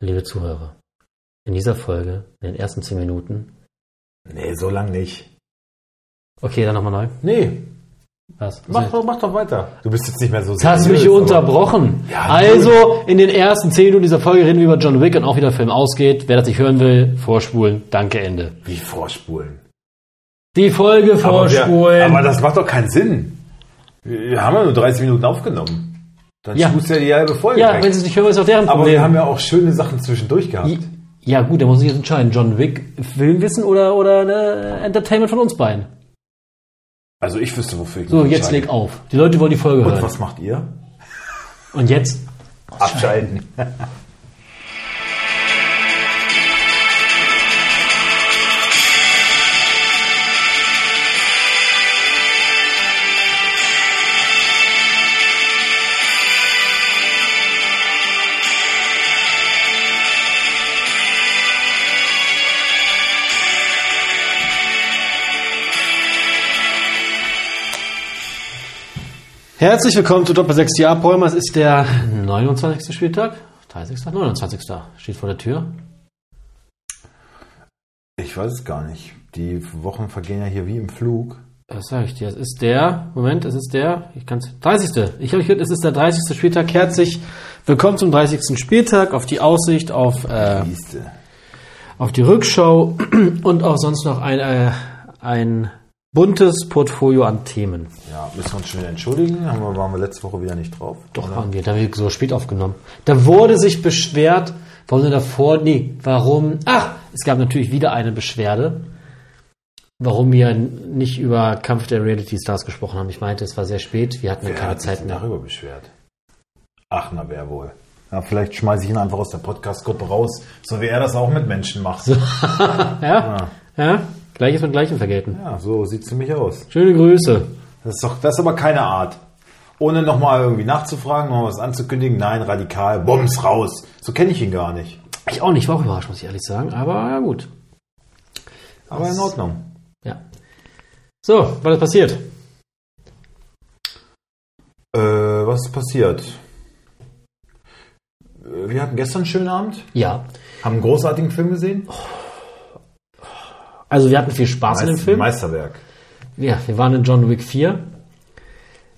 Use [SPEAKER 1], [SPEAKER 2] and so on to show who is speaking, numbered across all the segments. [SPEAKER 1] Liebe Zuhörer, in dieser Folge, in den ersten zehn Minuten.
[SPEAKER 2] Nee, so lang nicht.
[SPEAKER 1] Okay, dann nochmal neu.
[SPEAKER 2] Nee,
[SPEAKER 1] Was? Was
[SPEAKER 2] mach
[SPEAKER 1] soll ich-
[SPEAKER 2] doch, mach doch weiter. Du bist jetzt nicht mehr so
[SPEAKER 1] Du hast mich hier
[SPEAKER 2] seriös, aber-
[SPEAKER 1] unterbrochen.
[SPEAKER 2] Ja,
[SPEAKER 1] also, in den ersten zehn Minuten dieser Folge reden wir über John Wick und auch wie der Film ausgeht. Wer das nicht hören will, vorspulen. Danke, Ende.
[SPEAKER 2] Wie vorspulen.
[SPEAKER 1] Die Folge
[SPEAKER 2] Aber wir-
[SPEAKER 1] vorspulen.
[SPEAKER 2] Aber das macht doch keinen Sinn. Wir haben ja nur 30 Minuten aufgenommen. Dann
[SPEAKER 1] Ja.
[SPEAKER 2] schust ja die halbe Folge
[SPEAKER 1] ja, wenn
[SPEAKER 2] weg.
[SPEAKER 1] sie es nicht hören, ist auch deren
[SPEAKER 2] Aber
[SPEAKER 1] Problem.
[SPEAKER 2] wir haben ja auch schöne Sachen zwischendurch gehabt.
[SPEAKER 1] ja, gut, dann muss ich jetzt entscheiden. John Wick, Filmwissen oder, oder ne, Entertainment von uns beiden.
[SPEAKER 2] Also ich wüsste, wofür ich
[SPEAKER 1] So,
[SPEAKER 2] mich
[SPEAKER 1] jetzt
[SPEAKER 2] entscheide.
[SPEAKER 1] leg auf. Die Leute wollen die Folge
[SPEAKER 2] Und
[SPEAKER 1] hören.
[SPEAKER 2] was macht ihr?
[SPEAKER 1] Und jetzt?
[SPEAKER 2] Abschalten.
[SPEAKER 1] Herzlich willkommen zu Doppel 6 Jahr Polmer. Es ist der 29. Spieltag. 30. 29. steht vor der Tür.
[SPEAKER 2] Ich weiß es gar nicht. Die Wochen vergehen ja hier wie im Flug.
[SPEAKER 1] Was sage ich dir? Es ist der, Moment, es ist der, ich kann's, 30. Ich habe gehört, es ist der 30. Spieltag. Herzlich willkommen zum 30. Spieltag, auf die Aussicht, auf, äh,
[SPEAKER 2] Siehste.
[SPEAKER 1] auf die Rückschau und auch sonst noch ein, äh, ein buntes Portfolio an Themen.
[SPEAKER 2] Ja, müssen wir uns schon wieder entschuldigen. Haben wir, waren wir letzte Woche wieder nicht drauf.
[SPEAKER 1] Doch, waren wir, da haben wir so spät aufgenommen. Da wurde sich beschwert, warum denn davor, nee, warum, ach, es gab natürlich wieder eine Beschwerde, warum wir n- nicht über Kampf der Reality Stars gesprochen haben. Ich meinte, es war sehr spät, wir hatten
[SPEAKER 2] Wer
[SPEAKER 1] keine
[SPEAKER 2] hat sich
[SPEAKER 1] Zeit
[SPEAKER 2] denn
[SPEAKER 1] mehr.
[SPEAKER 2] darüber beschwert? Ach, na wer wohl. Ja, vielleicht schmeiße ich ihn einfach aus der Podcast-Gruppe raus, so wie er das auch mit Menschen macht.
[SPEAKER 1] Ja, ja, gleiches mit gleichem vergelten.
[SPEAKER 2] Ja, so sieht's nämlich aus.
[SPEAKER 1] Schöne Grüße.
[SPEAKER 2] Das ist, doch, das ist aber keine Art. Ohne nochmal irgendwie nachzufragen, nochmal was anzukündigen. Nein, radikal, Bombs raus. So kenne ich ihn gar nicht.
[SPEAKER 1] Ich auch nicht, war auch überrascht, muss ich ehrlich sagen, aber ja gut.
[SPEAKER 2] Aber in Ordnung.
[SPEAKER 1] Ja. So, was ist passiert?
[SPEAKER 2] Äh, was ist passiert? Äh, Wir hatten gestern einen schönen Abend,
[SPEAKER 1] Ja.
[SPEAKER 2] haben einen großartigen Film gesehen.
[SPEAKER 1] Also wir hatten viel Spaß in dem Film.
[SPEAKER 2] Meisterwerk.
[SPEAKER 1] Ja, wir waren in John Wick 4.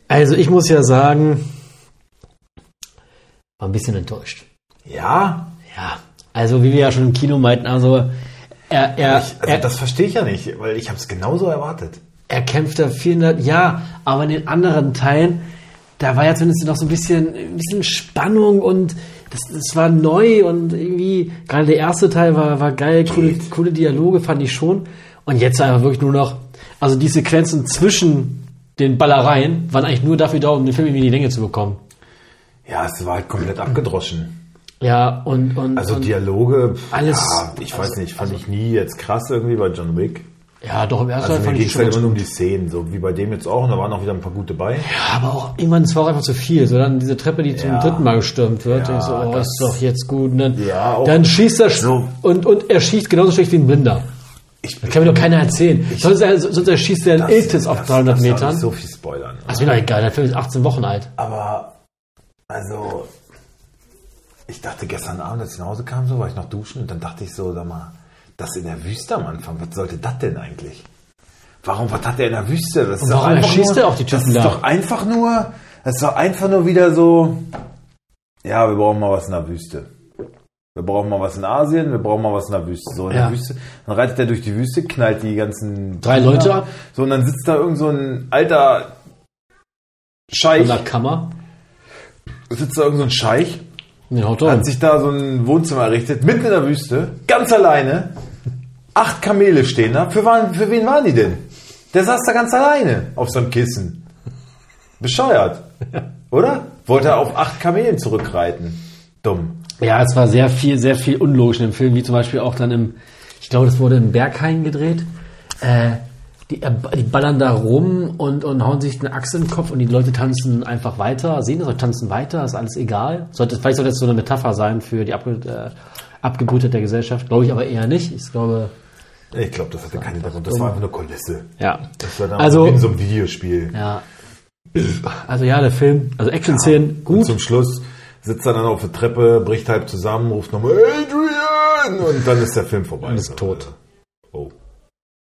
[SPEAKER 1] Also ich muss ja sagen, war ein bisschen enttäuscht.
[SPEAKER 2] Ja,
[SPEAKER 1] Ja, also wie wir ja schon im Kino meinten, also er, er,
[SPEAKER 2] also
[SPEAKER 1] er,
[SPEAKER 2] das verstehe ich ja nicht, weil ich habe es genauso erwartet.
[SPEAKER 1] er kämpft da 400, ja, aber in den anderen Teilen, da war ja zumindest noch so ein bisschen, ein bisschen Spannung und das, das war neu und irgendwie, gerade der erste Teil war, war geil, coole, coole Dialoge fand ich schon. Und jetzt einfach wirklich nur noch, also die Sequenzen zwischen den Ballereien waren eigentlich nur dafür da, um den Film irgendwie in die Länge zu bekommen.
[SPEAKER 2] Ja, es war halt komplett abgedroschen.
[SPEAKER 1] Ja, und, und,
[SPEAKER 2] Also
[SPEAKER 1] und
[SPEAKER 2] Dialoge, pf,
[SPEAKER 1] Alles- also
[SPEAKER 2] Ja, ich weiß nicht, fand ich nie jetzt krass irgendwie bei John Wick.
[SPEAKER 1] ja, doch im ersten
[SPEAKER 2] Also
[SPEAKER 1] Teil
[SPEAKER 2] mir
[SPEAKER 1] fand
[SPEAKER 2] ging
[SPEAKER 1] ich
[SPEAKER 2] es halt
[SPEAKER 1] schon
[SPEAKER 2] immer nur um die Szenen, so wie bei dem jetzt auch. Und da waren auch wieder ein paar gute bei.
[SPEAKER 1] Aber auch irgendwann, es war auch einfach zu viel. So dann diese Treppe, die zum
[SPEAKER 2] Ja.
[SPEAKER 1] dritten Mal gestürmt wird.
[SPEAKER 2] Ja,
[SPEAKER 1] ich so, oh,
[SPEAKER 2] das-
[SPEAKER 1] ist doch jetzt gut. Und dann,
[SPEAKER 2] Ja, auch
[SPEAKER 1] dann schießt er sch-
[SPEAKER 2] so.
[SPEAKER 1] und, und er schießt genauso schlecht wie ein Blinder.
[SPEAKER 2] Ich
[SPEAKER 1] Das kann mir doch keiner erzählen. sonst, er, sonst er schießt er einen Iltis auf 300
[SPEAKER 2] darf
[SPEAKER 1] Metern.
[SPEAKER 2] nicht so viel spoilern.
[SPEAKER 1] Das ist mir doch egal, der Film ist 18 Wochen alt.
[SPEAKER 2] Aber, also, ich dachte gestern Abend, als ich nach Hause kam, so war ich noch duschen und dann dachte ich so, sag mal, das in der Wüste am Anfang, was sollte das denn eigentlich? Warum, was hat der in der Wüste? Das ist doch
[SPEAKER 1] warum
[SPEAKER 2] einfach
[SPEAKER 1] erschießt
[SPEAKER 2] nur-
[SPEAKER 1] der auch die Typen
[SPEAKER 2] Das ist
[SPEAKER 1] da?
[SPEAKER 2] doch einfach nur, das ist doch einfach nur wieder so, ja, wir brauchen mal was in der Wüste. Wir brauchen mal was in Asien, wir brauchen mal was in der Wüste. So in
[SPEAKER 1] Ja.
[SPEAKER 2] der Wüste. Dann reitet er durch die Wüste, knallt die ganzen.
[SPEAKER 1] Drei Leute ab?
[SPEAKER 2] So, und dann sitzt da irgend so ein alter Scheich
[SPEAKER 1] In der Kammer.
[SPEAKER 2] sitzt da irgend so ein Scheich,
[SPEAKER 1] In den Hotdog.
[SPEAKER 2] hat sich da so ein Wohnzimmer errichtet, mitten in der Wüste, ganz alleine. Acht Kamele stehen da. Für, wen- für wen waren die denn? Der saß da ganz alleine auf so einem Kissen. Bescheuert. Oder? Wollte er auf acht Kamelen zurückreiten. Dumm.
[SPEAKER 1] Ja, es war sehr viel, sehr viel unlogisch in dem Film, wie zum Beispiel auch dann im, ich glaube, das wurde im Berghain gedreht. Äh, die, äh, die ballern da rum und, und hauen sich eine Axt in den Kopf und die Leute tanzen einfach weiter, sehen das und tanzen weiter, ist alles egal. Sollte, vielleicht sollte das so eine Metapher sein für die Abge äh, Abgebrütet der Gesellschaft, glaube ich aber eher nicht. Ich glaube,
[SPEAKER 2] Ich glaube, das hatte keinen Hintergrund. Das war einfach nur Kulisse.
[SPEAKER 1] ja.
[SPEAKER 2] Das war dann
[SPEAKER 1] Also,
[SPEAKER 2] in so einem Videospiel.
[SPEAKER 1] ja. Also ja, der Film, also Action-Szenen,
[SPEAKER 2] Und
[SPEAKER 1] gut.
[SPEAKER 2] zum Schluss sitzt er dann auf der Treppe, bricht halb zusammen, ruft nochmal Adrian und dann ist der Film vorbei.
[SPEAKER 1] Und ist tot.
[SPEAKER 2] Oh,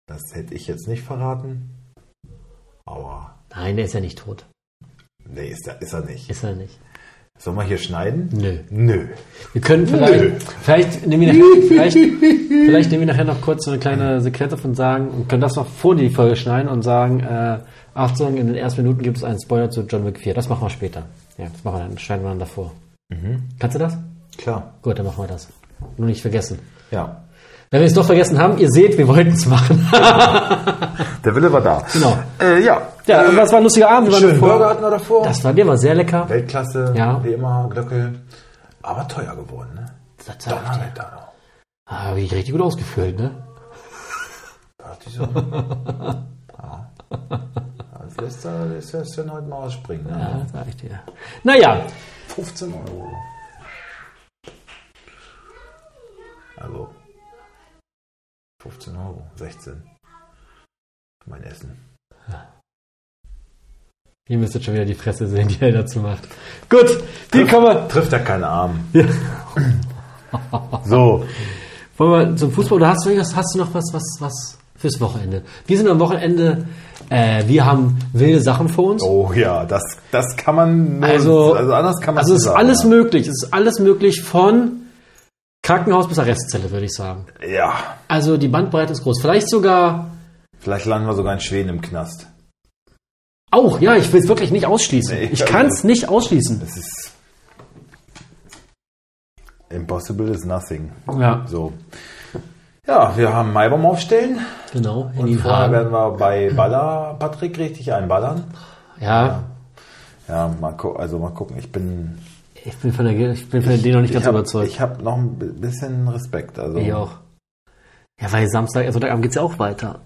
[SPEAKER 2] das hätte ich jetzt nicht verraten. Aber
[SPEAKER 1] Nein, der ist ja nicht tot.
[SPEAKER 2] nee, ist, er- ist er nicht.
[SPEAKER 1] Ist er nicht.
[SPEAKER 2] Soll man hier schneiden?
[SPEAKER 1] Nö.
[SPEAKER 2] Nö.
[SPEAKER 1] Wir können vielleicht,
[SPEAKER 2] Nö.
[SPEAKER 1] vielleicht nehmen wir nachher, vielleicht, vielleicht nehmen wir nachher noch kurz so eine kleine Sequenz und sagen, und können das noch vor die Folge schneiden und sagen, äh, Achtung, in den ersten Minuten gibt es einen Spoiler zu John Wick 4. Das machen wir später. Ja, das machen wir dann, schneiden wir dann davor. Kannst du das?
[SPEAKER 2] Klar.
[SPEAKER 1] Gut, dann machen wir das. Nur nicht vergessen.
[SPEAKER 2] Ja.
[SPEAKER 1] Wenn wir es doch vergessen haben, ihr seht, wir wollten es machen.
[SPEAKER 2] Der Wille war da.
[SPEAKER 1] Genau.
[SPEAKER 2] Äh, ja.
[SPEAKER 1] Ja, das war ein lustiger Abend. Wir waren
[SPEAKER 2] Schönen
[SPEAKER 1] davor-
[SPEAKER 2] Burger hatten wir davor.
[SPEAKER 1] Das war, der war sehr lecker.
[SPEAKER 2] Weltklasse,
[SPEAKER 1] Ja.
[SPEAKER 2] wie immer, Glöckel. Aber teuer geworden, ne?
[SPEAKER 1] Das sag ich dir.
[SPEAKER 2] Donnerwetter noch.
[SPEAKER 1] Ah, Habe ich richtig gut ausgefüllt, ne?
[SPEAKER 2] Ach, die so. ja. Das lässt er, lässt er es denn heute mal ausspringen. Ne?
[SPEAKER 1] Ja, sag ich dir. Naja,
[SPEAKER 2] 15 Euro. Also 15 Euro, 16. Für mein Essen.
[SPEAKER 1] ihr müsstet schon wieder die Fresse sehen, die er dazu macht. Gut, die kommen wir.
[SPEAKER 2] Trifft er keinen Arm. so,
[SPEAKER 1] Wollen wir zum Fußball oder hast du, irgendwas- hast du noch was, was, was fürs Wochenende? Wir sind am Wochenende, äh, wir haben wilde Sachen vor uns.
[SPEAKER 2] oh ja, das, das kann man nur,
[SPEAKER 1] Also,
[SPEAKER 2] also anders kann man
[SPEAKER 1] Also
[SPEAKER 2] nicht
[SPEAKER 1] es ist alles möglich. Es ist alles möglich von Krankenhaus bis Arrestzelle, würde ich sagen.
[SPEAKER 2] Ja,
[SPEAKER 1] Also die Bandbreite ist groß. Vielleicht sogar
[SPEAKER 2] vielleicht landen wir sogar in Schweden im Knast.
[SPEAKER 1] auch, ja, ich will es wirklich nicht ausschließen.
[SPEAKER 2] Nee,
[SPEAKER 1] ich kann es nicht ausschließen.
[SPEAKER 2] Das ist impossible is nothing.
[SPEAKER 1] Ja,
[SPEAKER 2] So. Ja, wir haben Maibaum aufstellen.
[SPEAKER 1] genau. In
[SPEAKER 2] Und
[SPEAKER 1] den
[SPEAKER 2] vorher
[SPEAKER 1] Haaren.
[SPEAKER 2] werden wir bei Baller Patrick richtig einballern.
[SPEAKER 1] Ja,
[SPEAKER 2] Ja, mal gu also mal gucken. Ich bin
[SPEAKER 1] ich bin von der, Ge- ich bin von der D noch nicht ganz
[SPEAKER 2] ich hab-
[SPEAKER 1] überzeugt.
[SPEAKER 2] Ich habe noch ein bi- bisschen Respekt. Also
[SPEAKER 1] Ich auch. Ja, weil Samstag, also Sonntagabend geht's ja auch weiter.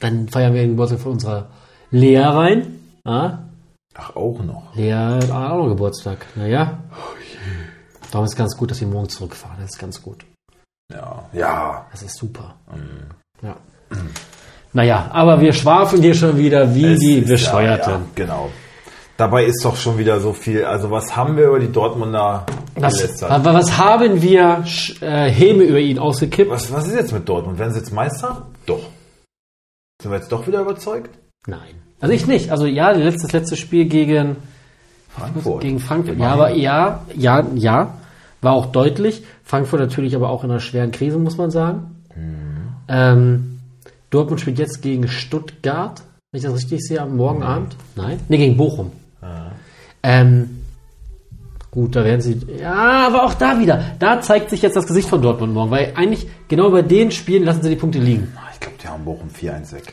[SPEAKER 1] Dann feiern wir den Geburtstag von unserer Lea rein. Ah,
[SPEAKER 2] Ach, auch noch.
[SPEAKER 1] Lea hat auch noch Geburtstag. Naja. Darum ist ganz gut, dass wir morgen zurückfahren. Das ist ganz gut.
[SPEAKER 2] Ja, ja.
[SPEAKER 1] Das ist super.
[SPEAKER 2] Mhm.
[SPEAKER 1] Ja. Naja, aber wir schwafeln hier schon wieder wie die
[SPEAKER 2] Es ist-
[SPEAKER 1] Bescheuerte.
[SPEAKER 2] Ja, ja, genau. Dabei ist doch schon wieder so viel. Also was haben wir über die Dortmunder
[SPEAKER 1] Was,
[SPEAKER 2] gelästert?
[SPEAKER 1] aber was haben wir Sch- äh, Häme über ihn ausgekippt?
[SPEAKER 2] Was, was ist jetzt mit Dortmund? Werden sie jetzt Meister? Doch. Sind wir jetzt doch wieder überzeugt?
[SPEAKER 1] Nein. Also ich nicht. Also ja, letztes, letztes Spiel gegen
[SPEAKER 2] Frankfurt.
[SPEAKER 1] Also Gegen Frankfurt. Ja,
[SPEAKER 2] Immerhin.
[SPEAKER 1] aber ja, ja, ja, war auch deutlich. Frankfurt natürlich aber auch in einer schweren Krise, muss man sagen.
[SPEAKER 2] Mhm.
[SPEAKER 1] Ähm, Dortmund spielt jetzt gegen Stuttgart, wenn ich das richtig sehe, am morgen Abend. Nein, nee, gegen Bochum.
[SPEAKER 2] Ah.
[SPEAKER 1] Ähm, gut, da werden sie. Ja, aber auch da wieder. Da zeigt sich jetzt das Gesicht von Dortmund morgen, weil eigentlich genau bei den Spielen lassen sie die Punkte liegen.
[SPEAKER 2] Ah, Ich glaube, die haben Bochum 4-1 weg.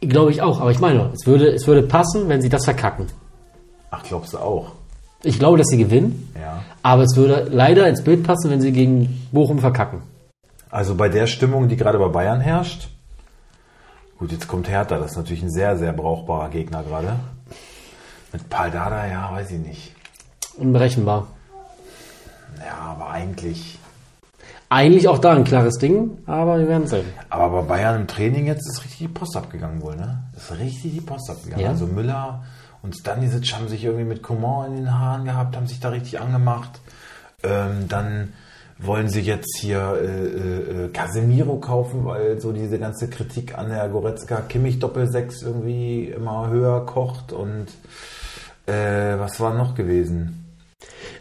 [SPEAKER 1] Glaube ich auch, aber ich meine, doch, es würde, es würde passen, wenn sie das verkacken.
[SPEAKER 2] Ach, glaubst du auch?
[SPEAKER 1] Ich glaube, dass sie gewinnen.
[SPEAKER 2] Ja.
[SPEAKER 1] Aber es würde leider ins Bild passen, wenn sie gegen Bochum verkacken.
[SPEAKER 2] Also bei der Stimmung, die gerade bei Bayern herrscht. Gut, jetzt kommt Hertha, das ist natürlich ein sehr, sehr brauchbarer Gegner gerade. Mit Paldada, ja, weiß ich nicht.
[SPEAKER 1] Unberechenbar.
[SPEAKER 2] Ja, aber eigentlich.
[SPEAKER 1] Eigentlich auch da ein klares Ding, aber wir werden sehen.
[SPEAKER 2] Aber bei Bayern im Training jetzt ist richtig die Post abgegangen wohl, ne? Ist richtig die Post abgegangen.
[SPEAKER 1] Ja.
[SPEAKER 2] Also Müller und Stanisic haben sich irgendwie mit Coman in den Haaren gehabt, haben sich da richtig angemacht. Ähm, dann wollen sie jetzt hier äh, äh, äh, Casemiro kaufen, weil so diese ganze Kritik an der Goretzka-Kimmich-Doppelsechs irgendwie immer höher kocht und äh, was war noch gewesen?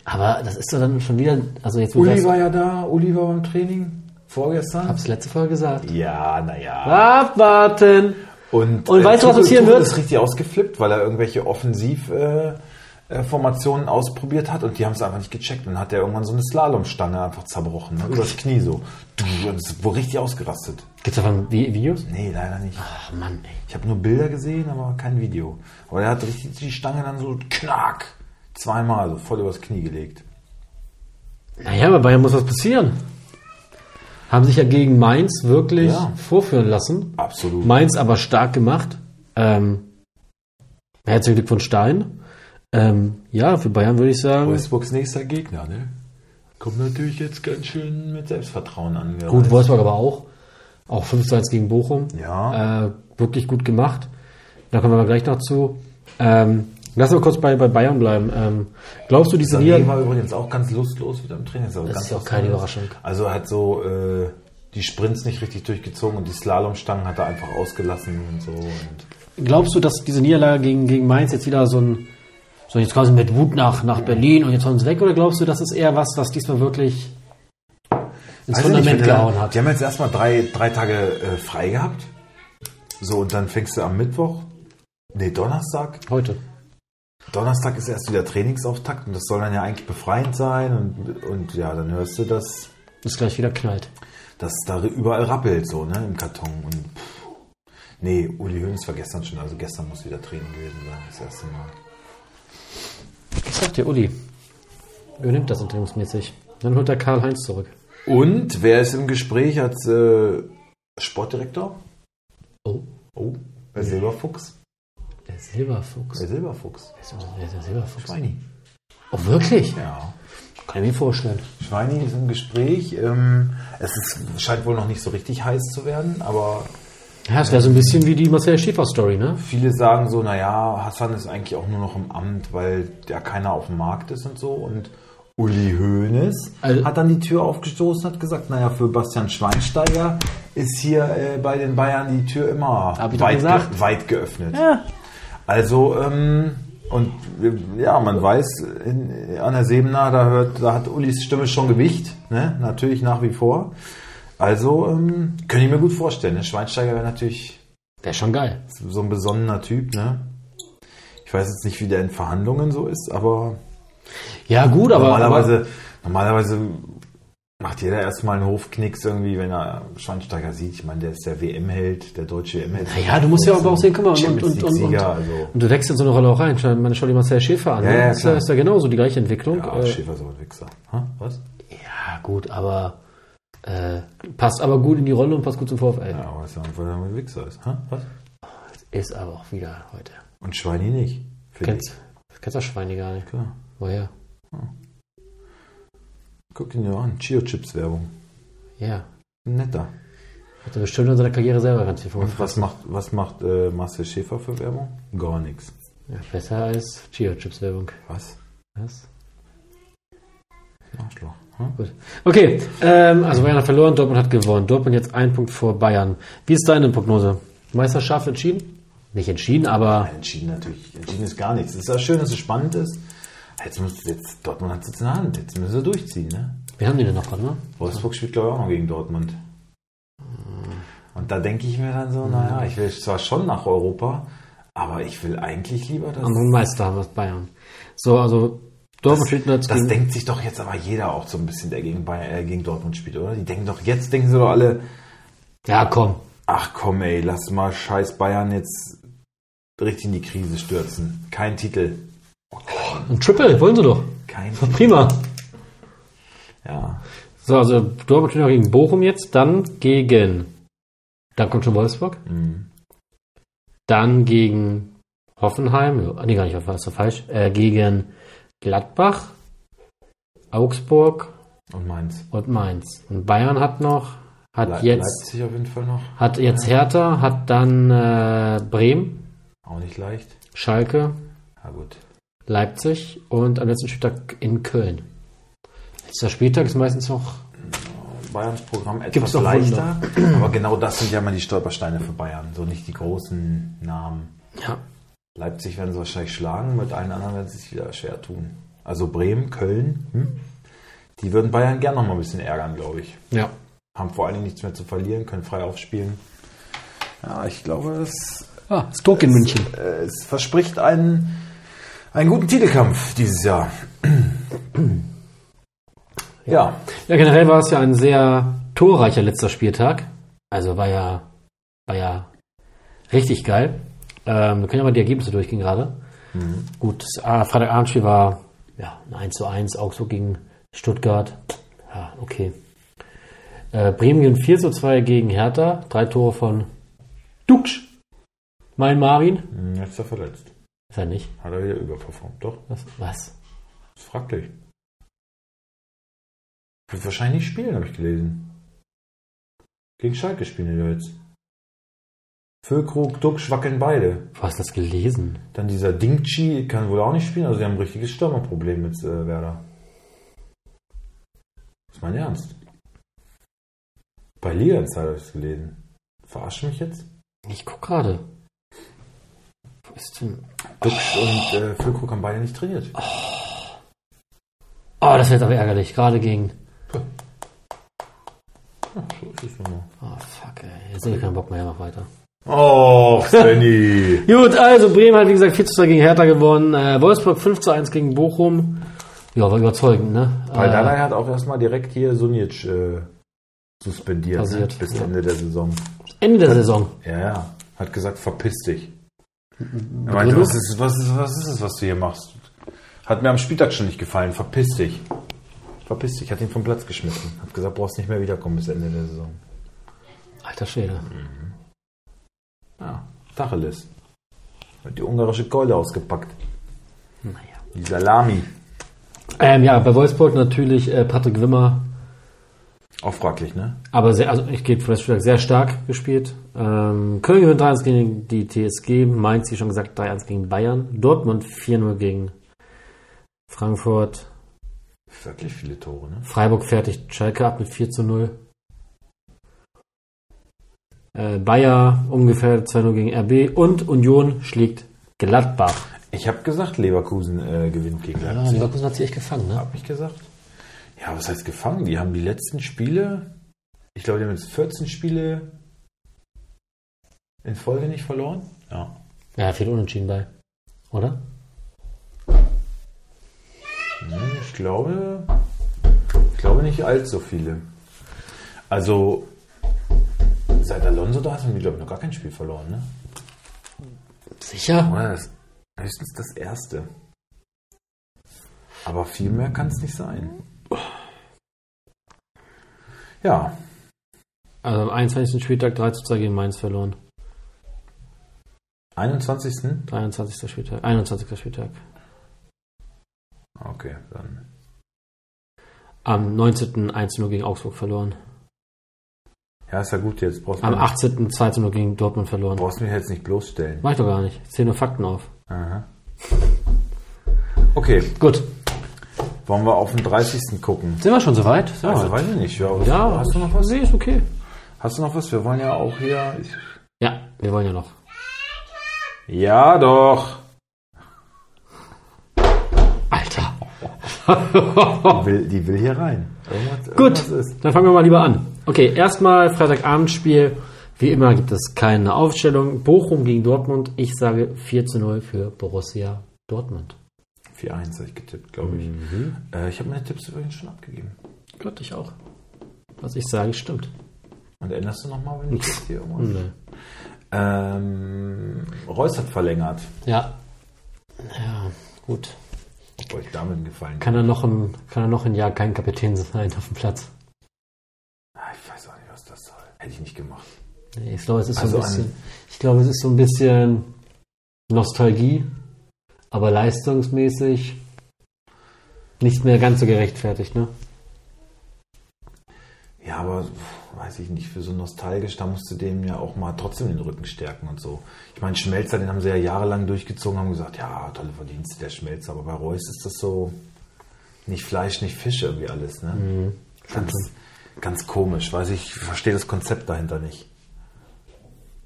[SPEAKER 1] Aber das ist doch dann schon wieder, also jetzt wo
[SPEAKER 2] Uli
[SPEAKER 1] ich
[SPEAKER 2] war ja da, Uli war beim Training vorgestern.
[SPEAKER 1] hab's letzte Folge gesagt.
[SPEAKER 2] Ja, naja.
[SPEAKER 1] Abwarten!
[SPEAKER 2] Und, äh,
[SPEAKER 1] Und weißt du, was
[SPEAKER 2] Tuchel-
[SPEAKER 1] passieren
[SPEAKER 2] Tuchel
[SPEAKER 1] wird?
[SPEAKER 2] ist richtig ausgeflippt, weil er irgendwelche Offensivformationen äh, Formationen ausprobiert hat und die haben es einfach nicht gecheckt. Dann hat er irgendwann so eine Slalomstange einfach zerbrochen, ne? übers Knie so. Und ist wohl richtig ausgerastet.
[SPEAKER 1] Gibt's davon Vi- Videos?
[SPEAKER 2] Nee, leider nicht.
[SPEAKER 1] Ach Mann, ey.
[SPEAKER 2] Ich habe nur Bilder gesehen, aber kein Video. Aber er hat richtig die Stange dann so knack, zweimal so voll übers Knie gelegt.
[SPEAKER 1] Naja, bei Bayern muss was passieren. Haben sich ja gegen Mainz wirklich
[SPEAKER 2] Ja.
[SPEAKER 1] vorführen lassen.
[SPEAKER 2] Absolut.
[SPEAKER 1] Mainz aber stark gemacht. Ähm, herzlichen Glückwunsch, Stein. Ähm, ja, für Bayern würde ich sagen.
[SPEAKER 2] Wolfsburgs nächster Gegner, ne? Kommt natürlich jetzt ganz schön mit Selbstvertrauen an.
[SPEAKER 1] Gut, Wolfsburg aber auch. Auch 5 zu 1 gegen Bochum.
[SPEAKER 2] Ja.
[SPEAKER 1] Äh, wirklich gut gemacht. Da kommen wir aber gleich noch zu. Ähm, Lass mal kurz bei, bei Bayern bleiben. Ähm, glaubst du, diese
[SPEAKER 2] Sané
[SPEAKER 1] Niederlage?
[SPEAKER 2] war übrigens auch ganz lustlos mit dem Training. Das ist, aber
[SPEAKER 1] Das
[SPEAKER 2] ganz
[SPEAKER 1] ist ja auch
[SPEAKER 2] was
[SPEAKER 1] keine
[SPEAKER 2] anderes.
[SPEAKER 1] Überraschung.
[SPEAKER 2] Also er hat so äh, die Sprints nicht richtig durchgezogen und die Slalomstangen hat er einfach ausgelassen und so. Und
[SPEAKER 1] Glaubst du, dass diese Niederlage gegen, gegen Mainz jetzt wieder so ein, so jetzt quasi mit Wut nach, nach Berlin und jetzt hauen sie weg? Oder glaubst du, das ist eher was, was diesmal wirklich ins
[SPEAKER 2] Weiß ich nicht,
[SPEAKER 1] Fundament
[SPEAKER 2] wenn du dann-
[SPEAKER 1] gehauen hat?
[SPEAKER 2] Die haben jetzt erstmal drei, drei Tage äh, frei gehabt. So, und dann fängst du am Mittwoch. Nee, Donnerstag.
[SPEAKER 1] Heute.
[SPEAKER 2] Donnerstag ist erst wieder Trainingsauftakt und das soll dann ja eigentlich befreiend sein. Und, und ja, dann hörst du, dass,
[SPEAKER 1] Ist gleich wieder knallt.
[SPEAKER 2] dass da überall rappelt, so, ne, im Karton. Und pff. Nee, Uli Hoeneß war gestern schon, also gestern muss wieder Training gewesen sein, das erste Mal.
[SPEAKER 1] Was sagt der Uli? Übernimmt das interimsmäßig. Dann holt er Karl-Heinz zurück.
[SPEAKER 2] Und wer ist im Gespräch als äh, Sportdirektor?
[SPEAKER 1] Oh,
[SPEAKER 2] Oh, der Silberfuchs.
[SPEAKER 1] der Silberfuchs.
[SPEAKER 2] Der Silberfuchs.
[SPEAKER 1] Wer ist denn der- der Silberfuchs?
[SPEAKER 2] Schweini.
[SPEAKER 1] Oh, wirklich?
[SPEAKER 2] Ja.
[SPEAKER 1] Kann ich mir vorstellen.
[SPEAKER 2] Schweini ist im Gespräch. Ähm, es ist, scheint wohl noch nicht so richtig heiß zu werden, aber
[SPEAKER 1] Ja, es wäre so ein bisschen wie die Marcel Schäfer-Story, ne?
[SPEAKER 2] viele sagen so, naja, Hassan ist eigentlich auch nur noch im Amt, weil ja keiner auf dem Markt ist und so. Und Uli Hoeneß
[SPEAKER 1] Also-
[SPEAKER 2] hat dann die Tür aufgestoßen und hat gesagt, naja, für Bastian Schweinsteiger ist hier äh, bei den Bayern die Tür immer
[SPEAKER 1] Hab ich doch
[SPEAKER 2] weit,
[SPEAKER 1] gesagt.
[SPEAKER 2] ge weit geöffnet. Also, ähm, und äh, ja, man weiß, in, an der Sebener, da, hört, da hat Ulis Stimme schon Gewicht, ne? natürlich nach wie vor. Also, ähm, könnte ich mir gut vorstellen. Ne? Schweinsteiger wäre natürlich
[SPEAKER 1] Wäre schon geil.
[SPEAKER 2] so ein besonnener Typ, ne? Ich weiß jetzt nicht, wie der in Verhandlungen so ist, aber
[SPEAKER 1] Ja, gut, aber.
[SPEAKER 2] normalerweise, normalerweise macht jeder erstmal einen Hofknicks irgendwie, wenn er Schweinsteiger sieht. Ich meine, der ist der WM-Held, der deutsche WM-Held.
[SPEAKER 1] Na ja, du musst ja aber auch sehen, guck mal, und-
[SPEAKER 2] Champions
[SPEAKER 1] und- und-
[SPEAKER 2] League-Sieger,
[SPEAKER 1] und-
[SPEAKER 2] also.
[SPEAKER 1] Und du wächst in so eine Rolle auch rein. Schau- Man schau dir Marcel Schäfer an.
[SPEAKER 2] Ja,
[SPEAKER 1] ne?
[SPEAKER 2] ja,
[SPEAKER 1] ist, ja,
[SPEAKER 2] klar.
[SPEAKER 1] ist ja genauso die gleiche Entwicklung.
[SPEAKER 2] Ja,
[SPEAKER 1] äh,
[SPEAKER 2] Schäfer ist aber ein Wichser. Hä? Was?
[SPEAKER 1] ja gut, aber äh, passt aber gut in die Rolle und passt gut zum VfL.
[SPEAKER 2] Ja, aber ist ja weil er ein Wichser ist. Hä? Was?
[SPEAKER 1] Ist aber auch wieder heute.
[SPEAKER 2] Und Schweini nicht. finde
[SPEAKER 1] Kennst, kennst das Schweine gar nicht.
[SPEAKER 2] ich. Klar.
[SPEAKER 1] Woher?
[SPEAKER 2] Guck ihn dir an. Chio-Chips-Werbung.
[SPEAKER 1] Ja.
[SPEAKER 2] Netter.
[SPEAKER 1] Hat er bestimmt in seiner Karriere selber ganz viel vor.
[SPEAKER 2] Und was macht, was macht äh, Marcel Schäfer für Werbung? Gar nichts.
[SPEAKER 1] Ja, besser als Chio-Chips-Werbung.
[SPEAKER 2] Was?
[SPEAKER 1] Was?
[SPEAKER 2] Arschloch. Hm?
[SPEAKER 1] Gut. Okay, ähm, also Bayern hat verloren, Dortmund hat gewonnen. Dortmund jetzt ein Punkt vor Bayern. Wie ist deine Prognose? Meisterschaft entschieden? Nicht entschieden, aber
[SPEAKER 2] Entschieden natürlich. Entschieden ist gar nichts. Es ist ja schön, dass es spannend ist. Jetzt muss jetzt, Dortmund hat es jetzt in der Hand. Jetzt müssen sie durchziehen. Ne?
[SPEAKER 1] wir haben die denn noch dran, ne?
[SPEAKER 2] Wolfsburg spielt, glaube ich, auch noch gegen Dortmund. Und da denke ich mir dann so, naja, ich will zwar schon nach Europa, aber ich will eigentlich lieber, dass...
[SPEAKER 1] Anderen Meister haben wir Bayern. So, also Dortmund spielt jetzt
[SPEAKER 2] Das
[SPEAKER 1] gegen...
[SPEAKER 2] denkt sich doch jetzt aber jeder auch so ein bisschen, der gegen, Bayern, äh, gegen Dortmund spielt, oder? Die denken doch, jetzt denken sie doch alle,
[SPEAKER 1] Ja, komm.
[SPEAKER 2] ach komm ey, lass mal scheiß Bayern jetzt richtig in die Krise stürzen. Kein Titel.
[SPEAKER 1] Ein Triple, wollen sie doch.
[SPEAKER 2] Kein
[SPEAKER 1] War
[SPEAKER 2] Titel.
[SPEAKER 1] prima.
[SPEAKER 2] Ja.
[SPEAKER 1] So, also Dortmund spielt noch gegen Bochum jetzt, dann gegen... Dann kommt schon Wolfsburg.
[SPEAKER 2] Mhm.
[SPEAKER 1] Dann gegen Hoffenheim, ja, nee, gar nicht, Hoffenheim, ist doch falsch, äh, gegen Gladbach, Augsburg
[SPEAKER 2] Und Mainz.
[SPEAKER 1] und Mainz. Und Bayern hat noch, hat
[SPEAKER 2] Le
[SPEAKER 1] jetzt,
[SPEAKER 2] Leipzig auf jeden Fall noch.
[SPEAKER 1] hat jetzt Hertha, hat dann äh, Bremen,
[SPEAKER 2] Auch nicht leicht.
[SPEAKER 1] Schalke,
[SPEAKER 2] Ja gut.
[SPEAKER 1] Leipzig und am letzten Spieltag in Köln. Letzter Spieltag ist meistens noch,
[SPEAKER 2] Bayerns Programm etwas
[SPEAKER 1] Gibt's doch
[SPEAKER 2] leichter. Aber genau das sind ja mal die Stolpersteine für Bayern. So nicht die großen Namen.
[SPEAKER 1] ja,
[SPEAKER 2] Leipzig werden sie wahrscheinlich schlagen, mit allen anderen werden sie sich wieder schwer tun. Also Bremen, Köln, hm? die würden Bayern gern noch mal ein bisschen ärgern, glaube ich.
[SPEAKER 1] ja.
[SPEAKER 2] Haben vor allen Dingen nichts mehr zu verlieren, können frei aufspielen. Ja, ich glaube, das
[SPEAKER 1] Ah, ist Druck in München.
[SPEAKER 2] Äh, es verspricht einen, einen guten Titelkampf dieses Jahr. Ja,
[SPEAKER 1] Ja, generell war es ja ein sehr torreicher letzter Spieltag. Also war ja, war ja richtig geil. Ähm, wir können ja mal die Ergebnisse durchgehen gerade. Gut, das A- Freitagabendspiel war ja, ein 1 zu 1, Augsburg gegen Stuttgart. Ja, okay. Äh, Bremen ging 4 zu 2 gegen Hertha. Drei Tore von Duksch. Mein Marvin.
[SPEAKER 2] Hm, Jetzt ist er verletzt.
[SPEAKER 1] Ist er nicht?
[SPEAKER 2] Hat er wieder überperformt. Doch,
[SPEAKER 1] Was? Was?
[SPEAKER 2] ist fraglich. Wird wahrscheinlich nicht spielen, habe ich gelesen. Gegen Schalke spielen die da jetzt. Füllkrug, Duck wackeln beide.
[SPEAKER 1] Wo hast du das gelesen?
[SPEAKER 2] Dann dieser Dingchi kann wohl auch nicht spielen. Also die haben ein richtiges Stürmerproblem mit äh, Werder. Ist mein Ernst. Bei Liga Insider habe ich es gelesen. Verarsch mich jetzt?
[SPEAKER 1] Ich guck gerade. Wo ist denn.
[SPEAKER 2] Duxch und äh, Füllkrug haben beide nicht trainiert.
[SPEAKER 1] Oh, das wird aber ärgerlich. Gerade gegen.
[SPEAKER 2] Ja, so ist es nun mal.
[SPEAKER 1] Oh, fuck, ey. Jetzt habe ich keinen Bock mehr, mach weiter.
[SPEAKER 2] Och, Oh, Svenny.
[SPEAKER 1] Gut, also Bremen hat wie gesagt 4 zu 2 gegen Hertha gewonnen. Äh, Wolfsburg 5 zu 1 gegen Bochum. Ja, war überzeugend, ne?
[SPEAKER 2] Weil Dardai hat auch erstmal direkt hier Sunic äh, suspendiert ne?
[SPEAKER 1] Passiert,
[SPEAKER 2] bis
[SPEAKER 1] ja.
[SPEAKER 2] Ende der Saison.
[SPEAKER 1] Ende der Saison.
[SPEAKER 2] Ja, ja. Hat gesagt, verpiss dich. Er meinte,
[SPEAKER 1] Begründung?
[SPEAKER 2] was ist, was, ist, was ist es, was du hier machst? Hat mir am Spieltag schon nicht gefallen. Verpiss dich. Verpiss dich. Hat ihn vom Platz geschmissen. Hat gesagt, brauchst nicht mehr wiederkommen bis Ende der Saison.
[SPEAKER 1] Alter Schwede.
[SPEAKER 2] Ja, Tacheles. Hat die ungarische Keule ausgepackt.
[SPEAKER 1] Naja.
[SPEAKER 2] Die Salami.
[SPEAKER 1] Ähm, ja, bei Wolfsburg natürlich äh, Patrick Wimmer,
[SPEAKER 2] Auch fraglich, ne?
[SPEAKER 1] aber sehr, also ich gebe für das Spieltag sehr stark gespielt. Ähm, Köln gewinnt 3-1 gegen die TSG, Mainz, wie schon gesagt, 3-1 gegen Bayern, Dortmund 4-0 gegen Frankfurt,
[SPEAKER 2] Wirklich viele Tore, ne?
[SPEAKER 1] Freiburg fertigt Schalke ab mit 4 zu 0. Äh, Bayer ungefähr 2-0 gegen RB und Union schlägt Gladbach.
[SPEAKER 2] Ich habe gesagt, Leverkusen äh, gewinnt gegen Leipzig.
[SPEAKER 1] Also Leverkusen hat sich echt gefangen, ne?
[SPEAKER 2] Hab ich gesagt. Ja, was heißt gefangen? Die haben die letzten Spiele, ich glaube, die haben jetzt 14 Spiele in Folge nicht verloren. Ja.
[SPEAKER 1] Ja, viel Unentschieden bei. Oder?
[SPEAKER 2] Hm, Ich glaube, ich glaube nicht allzu viele. Also, seit Alonso da ist, haben die, glaube ich, noch gar kein Spiel verloren, ne?
[SPEAKER 1] Sicher?
[SPEAKER 2] Oder das, höchstens das erste. Aber viel mehr kann es nicht sein. Ja,
[SPEAKER 1] Also am 21. Spieltag 3 zu 2 gegen Mainz verloren.
[SPEAKER 2] 21.
[SPEAKER 1] 23. Spieltag, 21. Spieltag.
[SPEAKER 2] Okay, dann.
[SPEAKER 1] Am 19. 1 0 gegen Augsburg verloren.
[SPEAKER 2] Ja, ist ja gut jetzt. Brauchst
[SPEAKER 1] Am
[SPEAKER 2] mich-
[SPEAKER 1] 18. 2 0 gegen Dortmund verloren.
[SPEAKER 2] brauchst mich jetzt nicht bloßstellen.
[SPEAKER 1] Mach ich doch gar nicht. Ich zähl nur Fakten auf.
[SPEAKER 2] Aha. Okay,
[SPEAKER 1] Gut.
[SPEAKER 2] wollen wir auf den 30. gucken?
[SPEAKER 1] Sind wir schon soweit? Sind wir weit.
[SPEAKER 2] Also, weiß ich nicht. Ja, was,
[SPEAKER 1] Ja,
[SPEAKER 2] hast du noch was?
[SPEAKER 1] Nee, ist okay.
[SPEAKER 2] Hast du noch was? Wir wollen ja auch hier. Ich,
[SPEAKER 1] Ja, wir wollen ja noch.
[SPEAKER 2] ja, doch.
[SPEAKER 1] Alter.
[SPEAKER 2] Die will, die will hier rein. Irgendwas,
[SPEAKER 1] Oh. Gut,
[SPEAKER 2] irgendwas ist.
[SPEAKER 1] dann fangen wir mal lieber an. Okay, erstmal Freitagabendspiel. Wie immer gibt es keine Aufstellung. Bochum gegen Dortmund. Ich sage 4 zu 0 für Borussia Dortmund.
[SPEAKER 2] 4-1 habe ich getippt, glaube ich.
[SPEAKER 1] Mhm.
[SPEAKER 2] Äh, ich habe meine Tipps übrigens schon abgegeben.
[SPEAKER 1] Gott, ich auch. Was ich sage, stimmt.
[SPEAKER 2] Und änderst du nochmal, wenn ich jetzt hier irgendwas.
[SPEAKER 1] Nö.
[SPEAKER 2] Ähm, Reus hat verlängert.
[SPEAKER 1] Ja. Ja, gut.
[SPEAKER 2] Ob euch damit einen gefallen.
[SPEAKER 1] Kann er noch ein, kann er noch ein Jahr kein Kapitän sein auf dem Platz?
[SPEAKER 2] Ah, ich weiß auch nicht, was das soll. Hätte ich nicht gemacht.
[SPEAKER 1] Nee, ich glaube, es ist so
[SPEAKER 2] Also
[SPEAKER 1] ein
[SPEAKER 2] ein-
[SPEAKER 1] bisschen, ich glaube, es ist so ein bisschen Nostalgie, aber leistungsmäßig nicht mehr ganz so gerechtfertigt, ne?
[SPEAKER 2] Ja, aber pf, weiß ich nicht, für so nostalgisch, da musst du dem ja auch mal trotzdem den Rücken stärken und so. Ich meine, Schmelzer, den haben sie ja jahrelang durchgezogen, haben gesagt, ja, tolle Verdienste, der Schmelzer, aber bei Reus ist das so nicht Fleisch, nicht Fisch irgendwie alles, ne?
[SPEAKER 1] Mhm.
[SPEAKER 2] ganz, ganz komisch, weiß ich, verstehe das Konzept dahinter nicht.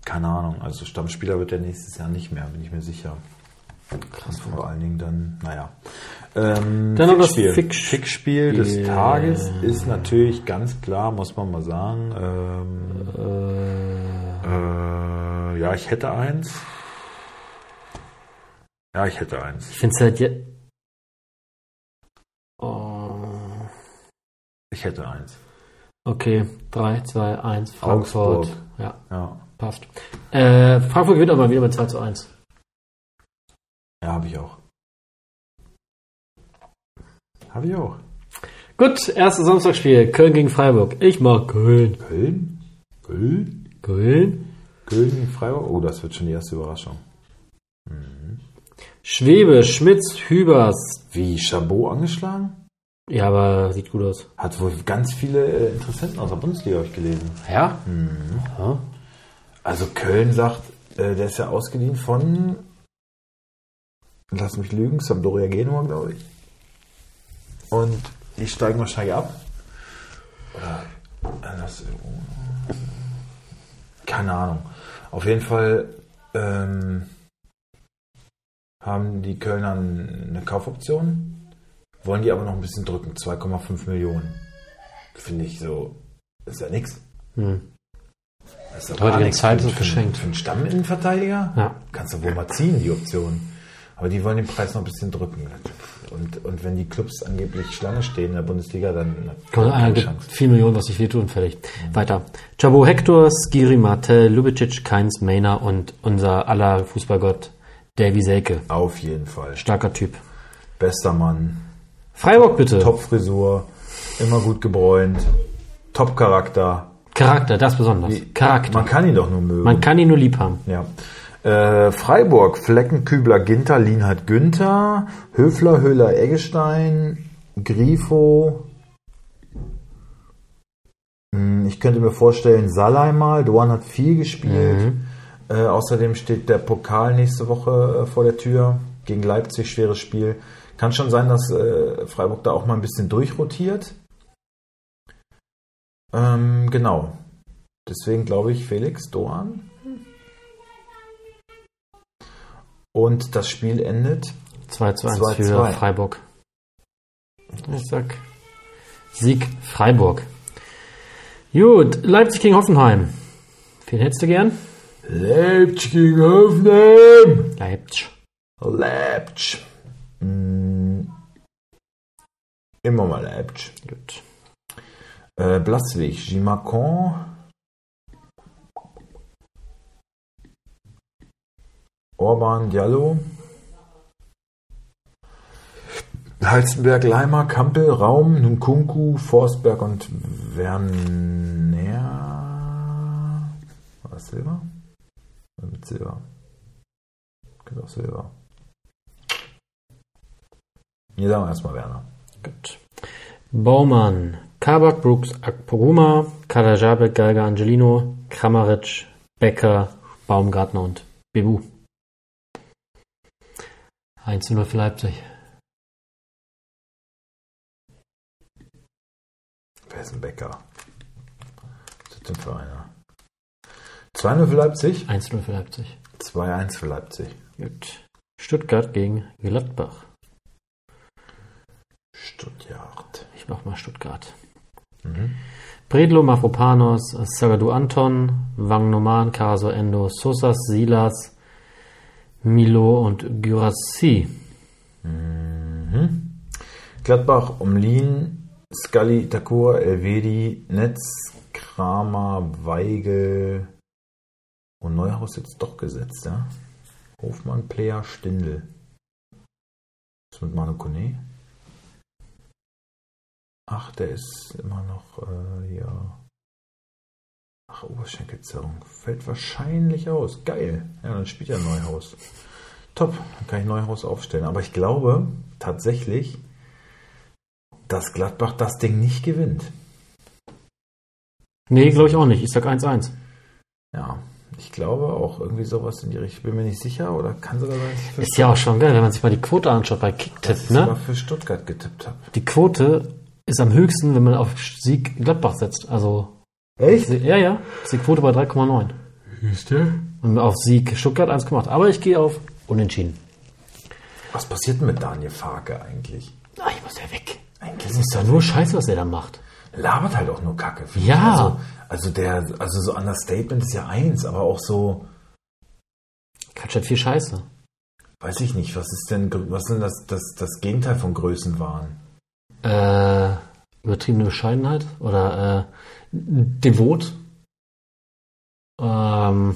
[SPEAKER 2] Keine Ahnung, also Stammspieler wird er nächstes Jahr nicht mehr, bin ich mir sicher. Krass. Und vor allen Dingen dann, naja. Ähm,
[SPEAKER 1] Dann noch das
[SPEAKER 2] Fickspiel. Fickspiel des Tages ist natürlich ganz klar, muss man mal sagen. Ähm, äh, ja, ich hätte eins. Ja, ich hätte eins.
[SPEAKER 1] Ich finde es halt jetzt. Oh.
[SPEAKER 2] Ich hätte eins.
[SPEAKER 1] Okay, 3, 2, 1, Frankfurt.
[SPEAKER 2] Augsburg.
[SPEAKER 1] Ja,
[SPEAKER 2] Ja,
[SPEAKER 1] passt. Äh, Frankfurt gewinnt aber wieder mit 2 zu 1.
[SPEAKER 2] ja habe ich auch. Habe ich auch.
[SPEAKER 1] Gut, erstes Samstagsspiel. Köln gegen Freiburg. Ich mag Köln.
[SPEAKER 2] Köln? Köln?
[SPEAKER 1] Köln?
[SPEAKER 2] Köln gegen Freiburg? Oh, das wird schon die erste Überraschung.
[SPEAKER 1] Schwebe, Schmitz, Hübers.
[SPEAKER 2] Wie, Chabot angeschlagen?
[SPEAKER 1] Ja, aber sieht gut aus.
[SPEAKER 2] Hat wohl ganz viele äh, Interessenten aus der Bundesliga, habe ich gelesen.
[SPEAKER 1] Ja? Ja.
[SPEAKER 2] Also Köln sagt, äh, der ist ja ausgeliehen von, lass mich lügen, Sampdoria Genua, glaube ich. Und die steigen wahrscheinlich ab. Oder anders. Keine Ahnung. Auf jeden Fall ähm, haben die Kölner eine Kaufoption, wollen die aber noch ein bisschen drücken. 2,5 Millionen. Finde ich so, ist ja nichts.
[SPEAKER 1] Hm.
[SPEAKER 2] Das ist doch
[SPEAKER 1] Aber
[SPEAKER 2] gar
[SPEAKER 1] die
[SPEAKER 2] nichts
[SPEAKER 1] Zeit
[SPEAKER 2] Also für-
[SPEAKER 1] ist
[SPEAKER 2] für-
[SPEAKER 1] geschenkt.
[SPEAKER 2] Für einen Stamminnenverteidiger
[SPEAKER 1] Ja.
[SPEAKER 2] kannst du wohl mal ziehen, die Option. Aber die wollen den Preis noch ein bisschen drücken. Und, und wenn die Clubs angeblich Schlange stehen in der Bundesliga, dann na,
[SPEAKER 1] Kommt einer,
[SPEAKER 2] keine
[SPEAKER 1] gibt
[SPEAKER 2] Chance.
[SPEAKER 1] 4 äh, Millionen, was sich wehtun, fertig. Weiter. Cabo Hector, Skiri Mate, Lubicic, Keins, Mainer und unser aller Fußballgott Davy Selke.
[SPEAKER 2] Auf jeden Fall.
[SPEAKER 1] Starker Typ.
[SPEAKER 2] Bester Mann.
[SPEAKER 1] Freiburg bitte.
[SPEAKER 2] Top-Frisur. Immer gut gebräunt. Top-Charakter.
[SPEAKER 1] Charakter, das besonders. Charakter.
[SPEAKER 2] Man
[SPEAKER 1] Man,
[SPEAKER 2] kann ihn doch nur mögen.
[SPEAKER 1] kann ihn nur lieb haben.
[SPEAKER 2] Ja. Äh, Freiburg, Flecken, Kübler, Ginter, Lienhardt, Günther, Höfler, Höhler, Eggestein, Grifo. Hm, Ich könnte mir vorstellen, Salai mal. Duan hat viel gespielt. Äh, außerdem steht der Pokal nächste Woche äh, vor der Tür. Gegen Leipzig, schweres Spiel. Kann schon sein, dass äh, Freiburg da auch mal ein bisschen durchrotiert. Ähm, genau. Deswegen glaube ich, Felix, Doan, Und das Spiel endet.
[SPEAKER 1] 2 zu 1
[SPEAKER 2] 2
[SPEAKER 1] für
[SPEAKER 2] zu 2.
[SPEAKER 1] Freiburg. Ich sag Sieg Freiburg. Gut, Leipzig gegen Hoffenheim. Wen hättest du gern?
[SPEAKER 2] Leipzig gegen Hoffenheim.
[SPEAKER 1] Leipzig.
[SPEAKER 2] Leipzig. Mm. Immer mal Leipzig.
[SPEAKER 1] Gut.
[SPEAKER 2] Äh, Blaswig, Gimacon. Orban, Diallo. Halstenberg, Leimer, Kampel, Raum, Nkunku, Forstberg und Werner. War das Silber? Oder Mit Silber. Könnte auch Silber. Hier sagen wir erstmal Werner.
[SPEAKER 1] Gut. Baumann, Kabak, Brooks, Akpoguma, Kadajabe, Geiger, Angelino, Kramaric, Becker, Baumgartner und Bebu. 1 zu 0 für Leipzig.
[SPEAKER 2] Wer ist ein Bäcker? Was ist das denn für einer? 2-0 für Leipzig?
[SPEAKER 1] 1 zu 0 für Leipzig.
[SPEAKER 2] 2-1 für Leipzig.
[SPEAKER 1] Gut. Stuttgart gegen Gladbach.
[SPEAKER 2] Stuttgart.
[SPEAKER 1] Ich mach mal Stuttgart.
[SPEAKER 2] Mhm.
[SPEAKER 1] Bredlo, Mafropanos, Sagadu Anton, Wangnoman, Karaso Endo, Sosas, Silas, Milo und Gyrassi.
[SPEAKER 2] Mhm. Gladbach, Omlin, Scully, Takura, Elvedi, Netz, Kramer, Weigel und Neuhaus jetzt doch gesetzt, ja? Hofmann, Player, Stindl. Was ist mit Manu Kone? Ach, der ist immer noch, äh, ja. Ach, Oberschenkelzerrung. Fällt wahrscheinlich aus. Geil. Ja, dann spielt er Neuhaus. Top, dann kann ich Neuhaus aufstellen. Aber ich glaube tatsächlich, dass Gladbach das Ding nicht gewinnt.
[SPEAKER 1] Nee, glaube ich auch nicht. Ich sag 1-1.
[SPEAKER 2] Ja, ich glaube auch irgendwie sowas in die Richtung. Ich bin mir nicht sicher oder kann sogar sein, dass ich für,
[SPEAKER 1] Ist ja auch schon geil, wenn man sich mal die Quote anschaut bei Kicktipp,
[SPEAKER 2] sogar
[SPEAKER 1] ne?
[SPEAKER 2] für Stuttgart getippt habe.
[SPEAKER 1] Die Quote ist am höchsten, wenn man auf Sieg Gladbach setzt. Also,
[SPEAKER 2] Echt?
[SPEAKER 1] ja, ja, ist die Quote bei 3,9.
[SPEAKER 2] Ist der?
[SPEAKER 1] Und auf Sieg Stuttgart 1,8. Aber ich gehe auf Unentschieden.
[SPEAKER 2] Was passiert denn mit Daniel Farke eigentlich?
[SPEAKER 1] Ah, ich muss ja weg.
[SPEAKER 2] Eigentlich
[SPEAKER 1] Das ist doch nur Scheiße, was er da macht.
[SPEAKER 2] labert halt auch nur Kacke. finde
[SPEAKER 1] Ja.
[SPEAKER 2] ich. Also, also der, also so Understatement ist ja eins, aber auch so,
[SPEAKER 1] Quatsch halt viel Scheiße.
[SPEAKER 2] weiß ich nicht, was ist denn, gr- was ist denn das, das, das Gegenteil von Größenwahn?
[SPEAKER 1] Äh, übertriebene Bescheidenheit oder äh, devot. Ähm,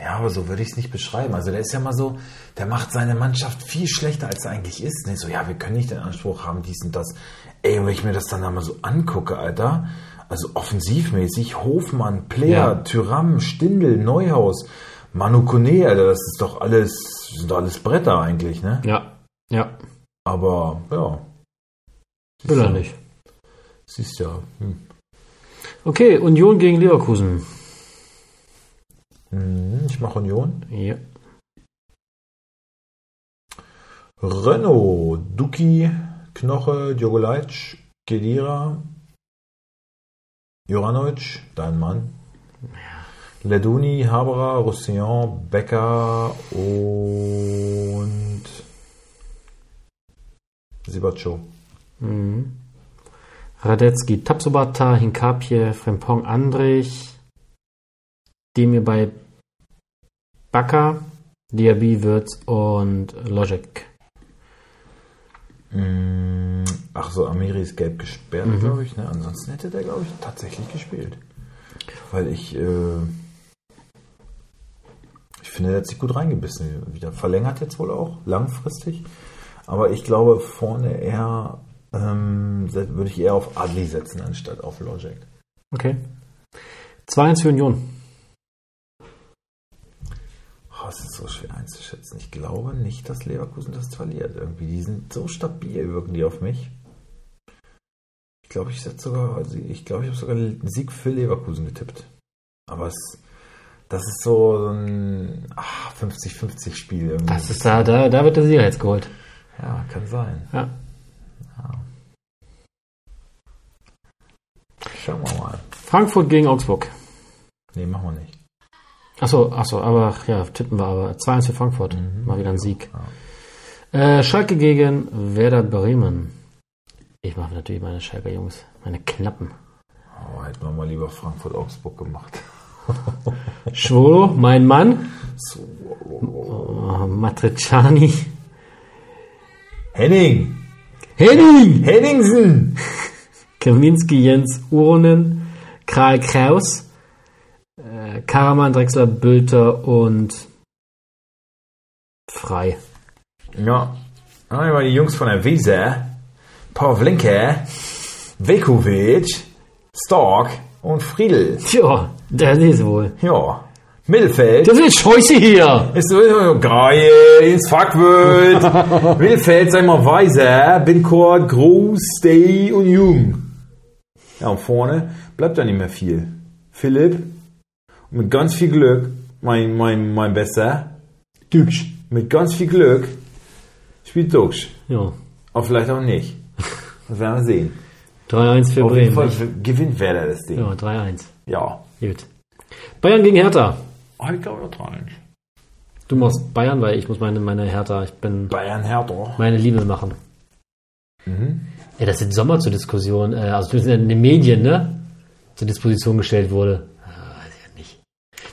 [SPEAKER 2] Ja, aber so würde ich es nicht beschreiben. Also der ist ja mal so, der macht seine Mannschaft viel schlechter, als sie eigentlich ist. Ne? So, ja, wir können nicht den Anspruch haben, dies und das. Ey, und wenn ich mir das dann einmal so angucke, Alter, also offensivmäßig, Hofmann, Player,
[SPEAKER 1] Ja.
[SPEAKER 2] Tyram, Stindel, Neuhaus, Manu Kone, Alter, das ist doch alles, sind doch alles Bretter eigentlich, ne?
[SPEAKER 1] ja, ja,
[SPEAKER 2] Aber, ja.
[SPEAKER 1] will er nicht.
[SPEAKER 2] Siehst ja. Hm.
[SPEAKER 1] Okay, Union gegen Leverkusen.
[SPEAKER 2] Mhm, Ich mache Union.
[SPEAKER 1] Ja.
[SPEAKER 2] Renault, Duki, Knoche, Djogolajc, Kedira, Juranovic, dein Mann. Leduni, Haberer, Roussillon, Becker und Sibacho.
[SPEAKER 1] Mhm. Radetzky, Tapsobata, Hinkapje, Frempong, Andrich, Demir bei Baka, Diaby, Würz und Logic.
[SPEAKER 2] Mm, Ach so, Amiri ist gelb gesperrt,
[SPEAKER 1] Mhm.
[SPEAKER 2] glaube ich. Ne? Ansonsten hätte der, glaube ich, tatsächlich gespielt. Weil ich, äh, ich finde, der hat sich gut reingebissen wieder. Verlängert jetzt wohl auch, langfristig. Aber ich glaube, vorne eher, ähm, se- würde ich eher auf Adli setzen, anstatt auf Logic.
[SPEAKER 1] Okay. 2-1 für Union.
[SPEAKER 2] Oh, es ist so schwer einzuschätzen. Ich glaube nicht, dass Leverkusen das verliert. Irgendwie, die sind so stabil, wirken die auf mich. Ich glaube, ich setze sogar, also ich glaube, ich habe sogar einen Sieg für Leverkusen getippt. Aber es, das ist so, so ein ah, 50-50 Spiel irgendwie.
[SPEAKER 1] Das ist da, da, da wird der Sieger jetzt geholt.
[SPEAKER 2] ja, kann sein.
[SPEAKER 1] Ja.
[SPEAKER 2] Ja. Schauen wir mal.
[SPEAKER 1] Frankfurt gegen Augsburg.
[SPEAKER 2] Nee, machen wir nicht.
[SPEAKER 1] Achso, achso, aber ja, tippen wir aber. 2-1 für Frankfurt. Mal wieder ein Sieg.
[SPEAKER 2] Ja.
[SPEAKER 1] Äh, Schalke gegen Werder Bremen. Ich mache natürlich meine Schalke Jungs, meine Knappen.
[SPEAKER 2] Oh, hätten wir mal lieber Frankfurt-Augsburg gemacht.
[SPEAKER 1] Schwolo, mein Mann.
[SPEAKER 2] So.
[SPEAKER 1] Oh, Matriciani.
[SPEAKER 2] Henning!
[SPEAKER 1] Henning!
[SPEAKER 2] Henningsen!
[SPEAKER 1] Kaminski, Jens Urnen, Karl Kraus, äh, Karaman, Drexler, Bülter und Frei.
[SPEAKER 2] Ja. Dann haben wir die Jungs von der Wiese. Pavlinke, Vekovic, Stork und Friedel.
[SPEAKER 1] Tja, das ist wohl.
[SPEAKER 2] Ja. Mittelfeld.
[SPEAKER 1] Das ist Scheiße hier!
[SPEAKER 2] Ist sowieso geil, ins Fuckword. Mittelfeld, sei mal weiser. Binkort, Groß, Day und Jung. Ja, und vorne bleibt da nicht mehr viel. Philipp, und mit ganz viel Glück, mein, mein, mein Bester, Dux. Mit ganz viel Glück spielt Dux.
[SPEAKER 1] Ja,
[SPEAKER 2] Aber vielleicht auch nicht. Das werden wir sehen.
[SPEAKER 1] 3-1 für
[SPEAKER 2] Auf jeden
[SPEAKER 1] Bremen.
[SPEAKER 2] Fall
[SPEAKER 1] ne?
[SPEAKER 2] gewinnt Werder das Ding.
[SPEAKER 1] Ja, 3-1.
[SPEAKER 2] Ja.
[SPEAKER 1] Gut. Bayern gegen Hertha.
[SPEAKER 2] Oh, ich glaube da dran.
[SPEAKER 1] Du machst Bayern, weil ich muss meine, meine Hertha, ich bin
[SPEAKER 2] Bayern Hertha.
[SPEAKER 1] meine Liebe machen.
[SPEAKER 2] Mhm.
[SPEAKER 1] Ja, das sind Sommer zur Diskussion, äh, also zumindest in den Medien, ne? Zur Disposition gestellt wurde. Ah, weiß ich ja nicht.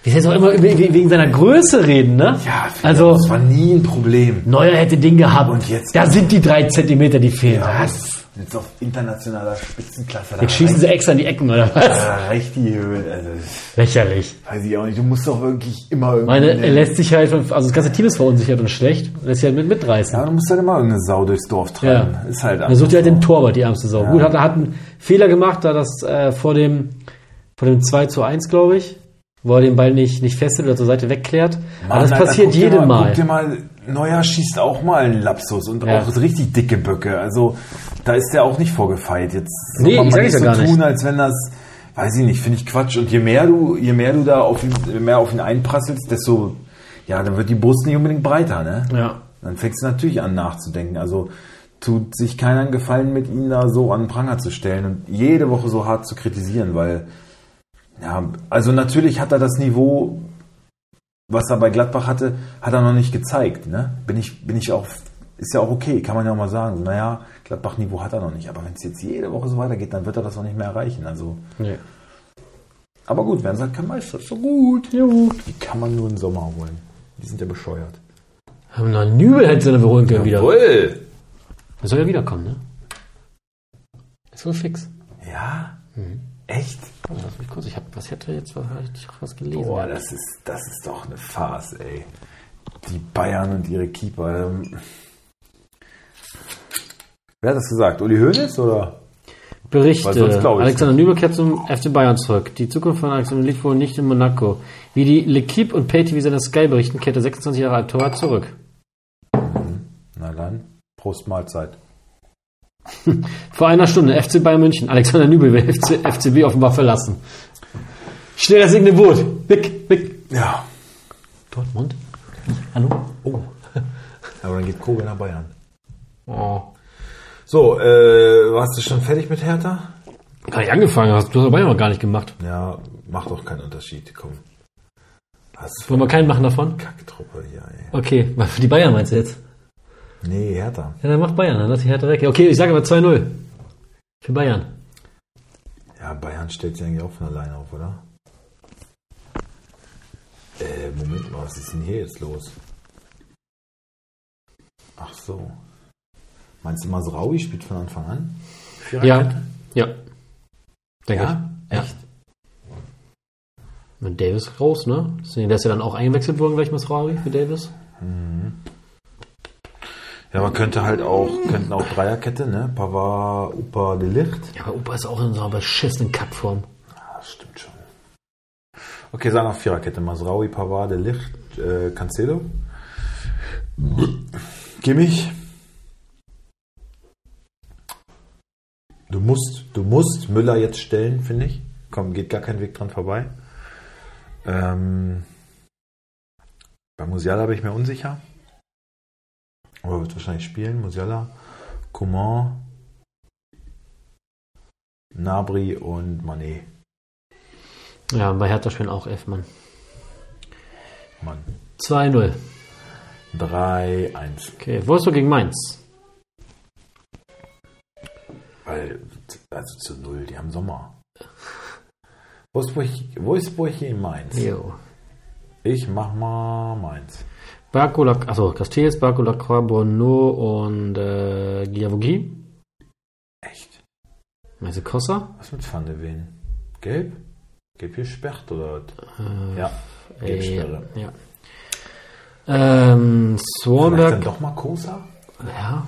[SPEAKER 1] Wir jetzt auch immer über- we- wegen seiner Größe reden, ne? also
[SPEAKER 2] das war nie ein Problem.
[SPEAKER 1] Neuer hätte Ding gehabt.
[SPEAKER 2] Und jetzt-
[SPEAKER 1] da sind die drei Zentimeter, die fehlen.
[SPEAKER 2] Was? Jetzt auf internationaler Spitzenklasse.
[SPEAKER 1] Jetzt schießen sie extra in die Ecken, oder was?
[SPEAKER 2] Reicht die Höhe. Also,
[SPEAKER 1] Lächerlich.
[SPEAKER 2] weiß ich auch nicht. Du musst doch wirklich immer irgendwie.
[SPEAKER 1] Meine er lässt sich halt, von, also das ganze Team ist verunsichert und schlecht, lässt sich halt mit mitreißen.
[SPEAKER 2] ja, du musst halt immer irgendeine Sau durchs Dorf treiben.
[SPEAKER 1] Ja.
[SPEAKER 2] Ist halt
[SPEAKER 1] Dann sucht ihr halt den Torwart, die ärmste Sau. Gut, hat, hat einen Fehler gemacht, da das äh, vor dem vor dem 2 zu 1, glaube ich, wo er den Ball nicht, nicht festhält oder zur Seite wegklärt. Aber das
[SPEAKER 2] Alter,
[SPEAKER 1] passiert
[SPEAKER 2] guck dir
[SPEAKER 1] jedem
[SPEAKER 2] mal,
[SPEAKER 1] Mal.
[SPEAKER 2] Guck dir mal, Neuer schießt auch mal einen Lapsus und
[SPEAKER 1] Ja.
[SPEAKER 2] auch richtig dicke Böcke. Also da ist der auch nicht vorgefeilt. Jetzt soll
[SPEAKER 1] Nee,
[SPEAKER 2] man
[SPEAKER 1] ich
[SPEAKER 2] mal
[SPEAKER 1] sag ich ja gar
[SPEAKER 2] so
[SPEAKER 1] nicht.
[SPEAKER 2] tun, als wenn das, weiß ich nicht, finde ich Quatsch. Und je mehr du, je mehr du da auf ihn, je mehr auf ihn einprasselst, desto, ja, dann wird die Brust nicht unbedingt breiter, ne?
[SPEAKER 1] Ja.
[SPEAKER 2] Dann fängst du natürlich an nachzudenken. Also tut sich keiner einen Gefallen mit ihm da so an den Pranger zu stellen und jede Woche so hart zu kritisieren, weil ja, also natürlich hat er das Niveau, was er bei Gladbach hatte, hat er noch nicht gezeigt. Ne? Bin ich, bin ich auch, ist ja auch okay, kann man ja auch mal sagen. So, naja, Gladbach-Niveau hat er noch nicht. Aber wenn es jetzt jede Woche so weitergeht, dann wird er das noch nicht mehr erreichen. Also,
[SPEAKER 1] Nee.
[SPEAKER 2] aber gut, werden sie halt kein Meister. Ist doch gut.
[SPEAKER 1] Ja, gut.
[SPEAKER 2] Die kann man nur im Sommer holen. Die sind ja bescheuert.
[SPEAKER 1] Haben wir noch einen Nübel hätte dann holen können wieder.
[SPEAKER 2] Jawohl.
[SPEAKER 1] Er soll ja wiederkommen, ne? Ist wohl fix.
[SPEAKER 2] Ja.
[SPEAKER 1] Mhm.
[SPEAKER 2] Echt?
[SPEAKER 1] Oh, lass mich kurz, ich habe was hätte jetzt was, hab ich was gelesen.
[SPEAKER 2] Boah, das ist, das ist doch eine Farce, ey. Die Bayern und ihre Keeper. ähm. Wer hat das gesagt? Uli Hoeneß oder? Weil sonst
[SPEAKER 1] Berichte.
[SPEAKER 2] glaub ich's
[SPEAKER 1] Alexander Nübel kehrt zum FC Bayern zurück. Die Zukunft von Alexander liegt wohl nicht in Monaco. Wie die L'Equipe und PayTV seiner Sky berichten, kehrt der 26 Jahre alte Torwart zurück.
[SPEAKER 2] Na dann, Prost Mahlzeit.
[SPEAKER 1] Vor einer Stunde FC Bayern München. Alexander Nübel will FC, FCB offenbar verlassen. Schnell das irgendeine Boot. Weg, weg.
[SPEAKER 2] Ja,
[SPEAKER 1] Dortmund? Hallo?
[SPEAKER 2] Oh. Aber dann geht Kobe nach Bayern.
[SPEAKER 1] Oh.
[SPEAKER 2] So, äh, warst du schon fertig mit Hertha?
[SPEAKER 1] Gar nicht angefangen, hast du hast Bayern noch gar nicht gemacht.
[SPEAKER 2] Ja, macht doch keinen Unterschied, komm. Was für
[SPEAKER 1] Wollen wir keinen machen davon?
[SPEAKER 2] eine Kacktruppe hier, ey.
[SPEAKER 1] Okay, weil für die Bayern meinst du jetzt?
[SPEAKER 2] Nee, Hertha.
[SPEAKER 1] Ja, dann macht Bayern, dann lass die Hertha weg. Ja, Okay, ich sage aber 2-0. Für Bayern.
[SPEAKER 2] Ja, Bayern stellt sich eigentlich auch von alleine auf, oder? Äh, Moment mal, was ist denn hier jetzt los? Ach so. Meinst du, Masraoui spielt von Anfang an?
[SPEAKER 1] Ja. Ja. Denke
[SPEAKER 2] Ja?
[SPEAKER 1] ich. Echt? Mit Davis raus, ne? Deswegen, Der ist ja dann auch eingewechselt worden gleich Masraoui für Davis.
[SPEAKER 2] Ja, man könnte halt auch, könnten auch Dreierkette, ne? Pavard, Upa, Delicht.
[SPEAKER 1] Ja, aber Opa ist auch in so einer beschissenen Kackform.
[SPEAKER 2] Ah, stimmt schon. Okay, sag noch Viererkette. Masraoui, Pavard, Delicht, äh, Cancelo. Kimmich. Du musst, du musst Müller jetzt stellen, finde ich. Komm, geht gar kein Weg dran vorbei. Ähm, bei Musiala bin ich mir unsicher. Aber wird wahrscheinlich spielen. Musiala, Coman, Nabri und Manet.
[SPEAKER 1] Ja, bei Hertha spielen auch elf Mann.
[SPEAKER 2] Mann.
[SPEAKER 1] 2-0.
[SPEAKER 2] 3, 1.
[SPEAKER 1] Okay, Wolfsburg gegen Mainz.
[SPEAKER 2] Weil, also zu null, die haben Sommer. Wolfsburg, Wolfsburg gegen Mainz.
[SPEAKER 1] Jo.
[SPEAKER 2] Ich mach mal Mainz.
[SPEAKER 1] Bakula, achso, also Castells, Bakula, Bonneau und äh, Giavogi.
[SPEAKER 2] Echt?
[SPEAKER 1] Also Kossa.
[SPEAKER 2] Was mit Van de Ven? Gelb? Gelb gesperrt oder was?
[SPEAKER 1] Äh,
[SPEAKER 2] Ja,
[SPEAKER 1] äh,
[SPEAKER 2] Gelbsperre.
[SPEAKER 1] ja. Ähm,
[SPEAKER 2] Vielleicht dann
[SPEAKER 1] Swanberg,
[SPEAKER 2] doch mal Kosa?
[SPEAKER 1] ja.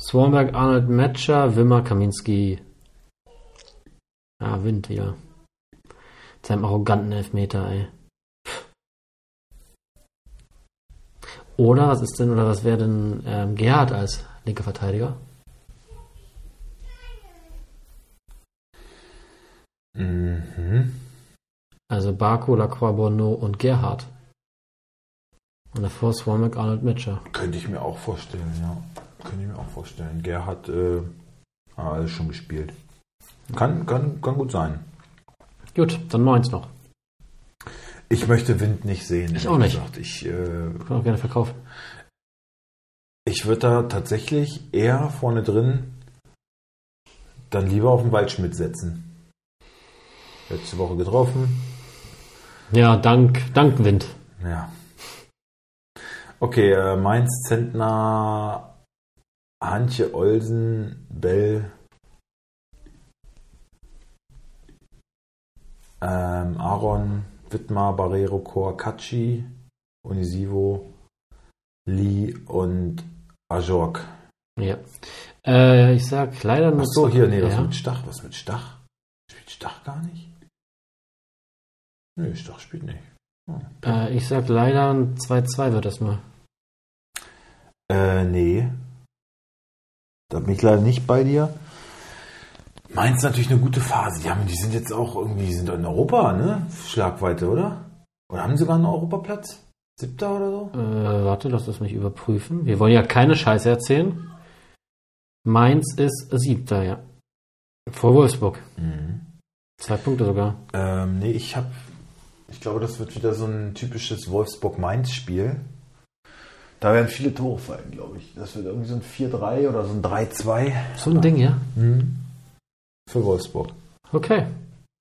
[SPEAKER 1] Swanberg, Arnold Metscher, Wimmer, Kaminski. Ah, Wind wieder. Mit seinem arroganten Elfmeter, ey. Pff. Oder was ist denn, oder was wäre denn ähm, Gerhard als linker Verteidiger?
[SPEAKER 2] Mhm.
[SPEAKER 1] Also Barco, Lacroix, Bonneau und Gerhard. Und davor Swarmack, Arnold Mitchell.
[SPEAKER 2] Könnte ich mir auch vorstellen, ja. Könnte ich mir auch vorstellen. Gerhard äh, hat alles schon gespielt. Kann, kann, kann gut sein.
[SPEAKER 1] Gut, dann Mainz noch.
[SPEAKER 2] Ich möchte Wind nicht sehen.
[SPEAKER 1] Ich
[SPEAKER 2] ehrlich
[SPEAKER 1] auch nicht.
[SPEAKER 2] Gesagt. Ich äh,
[SPEAKER 1] Können auch gerne verkaufen.
[SPEAKER 2] Ich würde da tatsächlich eher vorne drin dann lieber auf den Waldschmidt setzen. Letzte Woche getroffen.
[SPEAKER 1] Ja, dank, dank Wind.
[SPEAKER 2] Ja. Okay, äh, Mainz, Zentner, Hanche, Olsen, Bell, ähm, Aaron, Wittmar, Barrero, Kor, Katschi, Unisivo, Lee und Ajork.
[SPEAKER 1] Ja. Äh, ich sag leider nur.
[SPEAKER 2] Ach so, hier, nee, das
[SPEAKER 1] ja.
[SPEAKER 2] mit Stach. Was mit Stach? Spielt Stach gar nicht? Nö, Stach spielt nicht.
[SPEAKER 1] äh, Ich sag leider ein 2-2 wird das nur.
[SPEAKER 2] Äh, nee. Da bin ich leider nicht bei dir. Mainz natürlich eine gute Phase. Die, haben, die sind jetzt auch irgendwie, die sind in Europa, ne? Schlagweite, oder? Oder haben sie sogar einen Europaplatz? Siebter oder so?
[SPEAKER 1] Äh, warte, lass das mich überprüfen. Wir wollen ja keine Scheiße erzählen. Mainz ist siebter, ja. Vor Wolfsburg.
[SPEAKER 2] Mhm.
[SPEAKER 1] Zwei Punkte sogar.
[SPEAKER 2] Ähm, nee, ich hab. Ich glaube, das wird wieder so ein typisches Wolfsburg-Mainz-Spiel. Da werden viele Tore fallen, glaube ich. Das wird irgendwie so ein 4-3 oder so ein 3-2.
[SPEAKER 1] So ein Ding, ja.
[SPEAKER 2] Für Wolfsburg.
[SPEAKER 1] Okay.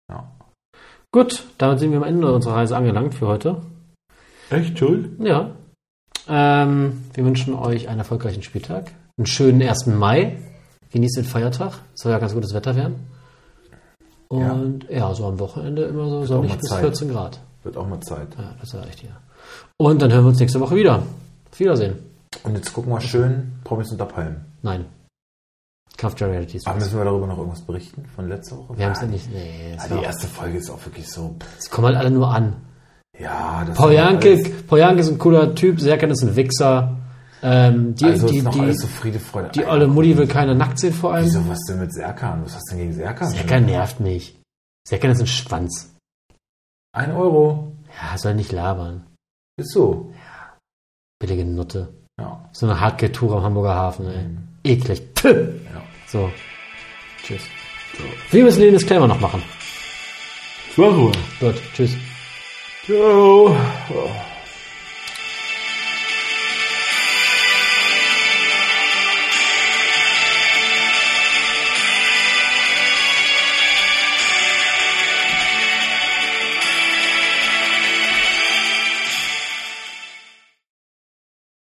[SPEAKER 2] Ja.
[SPEAKER 1] Gut, damit sind wir am Ende unserer Reise angelangt für heute.
[SPEAKER 2] Echt schuld?
[SPEAKER 1] Ja. Ähm, wir wünschen euch einen erfolgreichen Spieltag, einen schönen 1. Mai. Genießt den Feiertag. Soll ja ganz gutes Wetter werden. Und ja, so am Wochenende immer so
[SPEAKER 2] auch
[SPEAKER 1] sonnig
[SPEAKER 2] mal
[SPEAKER 1] bis
[SPEAKER 2] Zeit.
[SPEAKER 1] 14 Grad.
[SPEAKER 2] Wird auch mal Zeit.
[SPEAKER 1] Ja, das sage ich dir. Und dann hören wir uns nächste Woche wieder. Auf Wiedersehen.
[SPEAKER 2] Und jetzt gucken wir schön Promis unter Palmen.
[SPEAKER 1] Nein. Kampf der Realities.
[SPEAKER 2] Ach, müssen wir darüber noch irgendwas berichten von letzter Woche?
[SPEAKER 1] Wir haben es ja nicht. Nee,
[SPEAKER 2] Ja,
[SPEAKER 1] es,
[SPEAKER 2] die
[SPEAKER 1] war,
[SPEAKER 2] erste Folge ist auch wirklich so. pff,
[SPEAKER 1] es kommen halt alle nur an.
[SPEAKER 2] Ja, das
[SPEAKER 1] Paul
[SPEAKER 2] ist noch
[SPEAKER 1] Janke,
[SPEAKER 2] alles-
[SPEAKER 1] Paul Janke ist ein cooler Typ. Serkan ist ein Wichser. Ähm, die,
[SPEAKER 2] Also
[SPEAKER 1] die,
[SPEAKER 2] ist noch
[SPEAKER 1] die,
[SPEAKER 2] alles so Friede, Freude.
[SPEAKER 1] die
[SPEAKER 2] Eierkuchen.
[SPEAKER 1] olle Mutti will keine nackt sehen vor allem.
[SPEAKER 2] Wieso, was denn mit Serkan? Was hast du denn gegen Serkan?
[SPEAKER 1] Serkan nervt mich. Serkan ist ein Schwanz.
[SPEAKER 2] Ein Euro.
[SPEAKER 1] Ja, soll nicht labern.
[SPEAKER 2] Ist so.
[SPEAKER 1] Billige Nutte.
[SPEAKER 2] Ja.
[SPEAKER 1] So eine Hardcore-Tour am Hamburger Hafen, ey. Eklig. Tö.
[SPEAKER 2] Ja.
[SPEAKER 1] So. Tschüss. Wir müssen den Disclaimer noch machen.
[SPEAKER 2] Warum?
[SPEAKER 1] Gut, tschüss.
[SPEAKER 2] Ciao.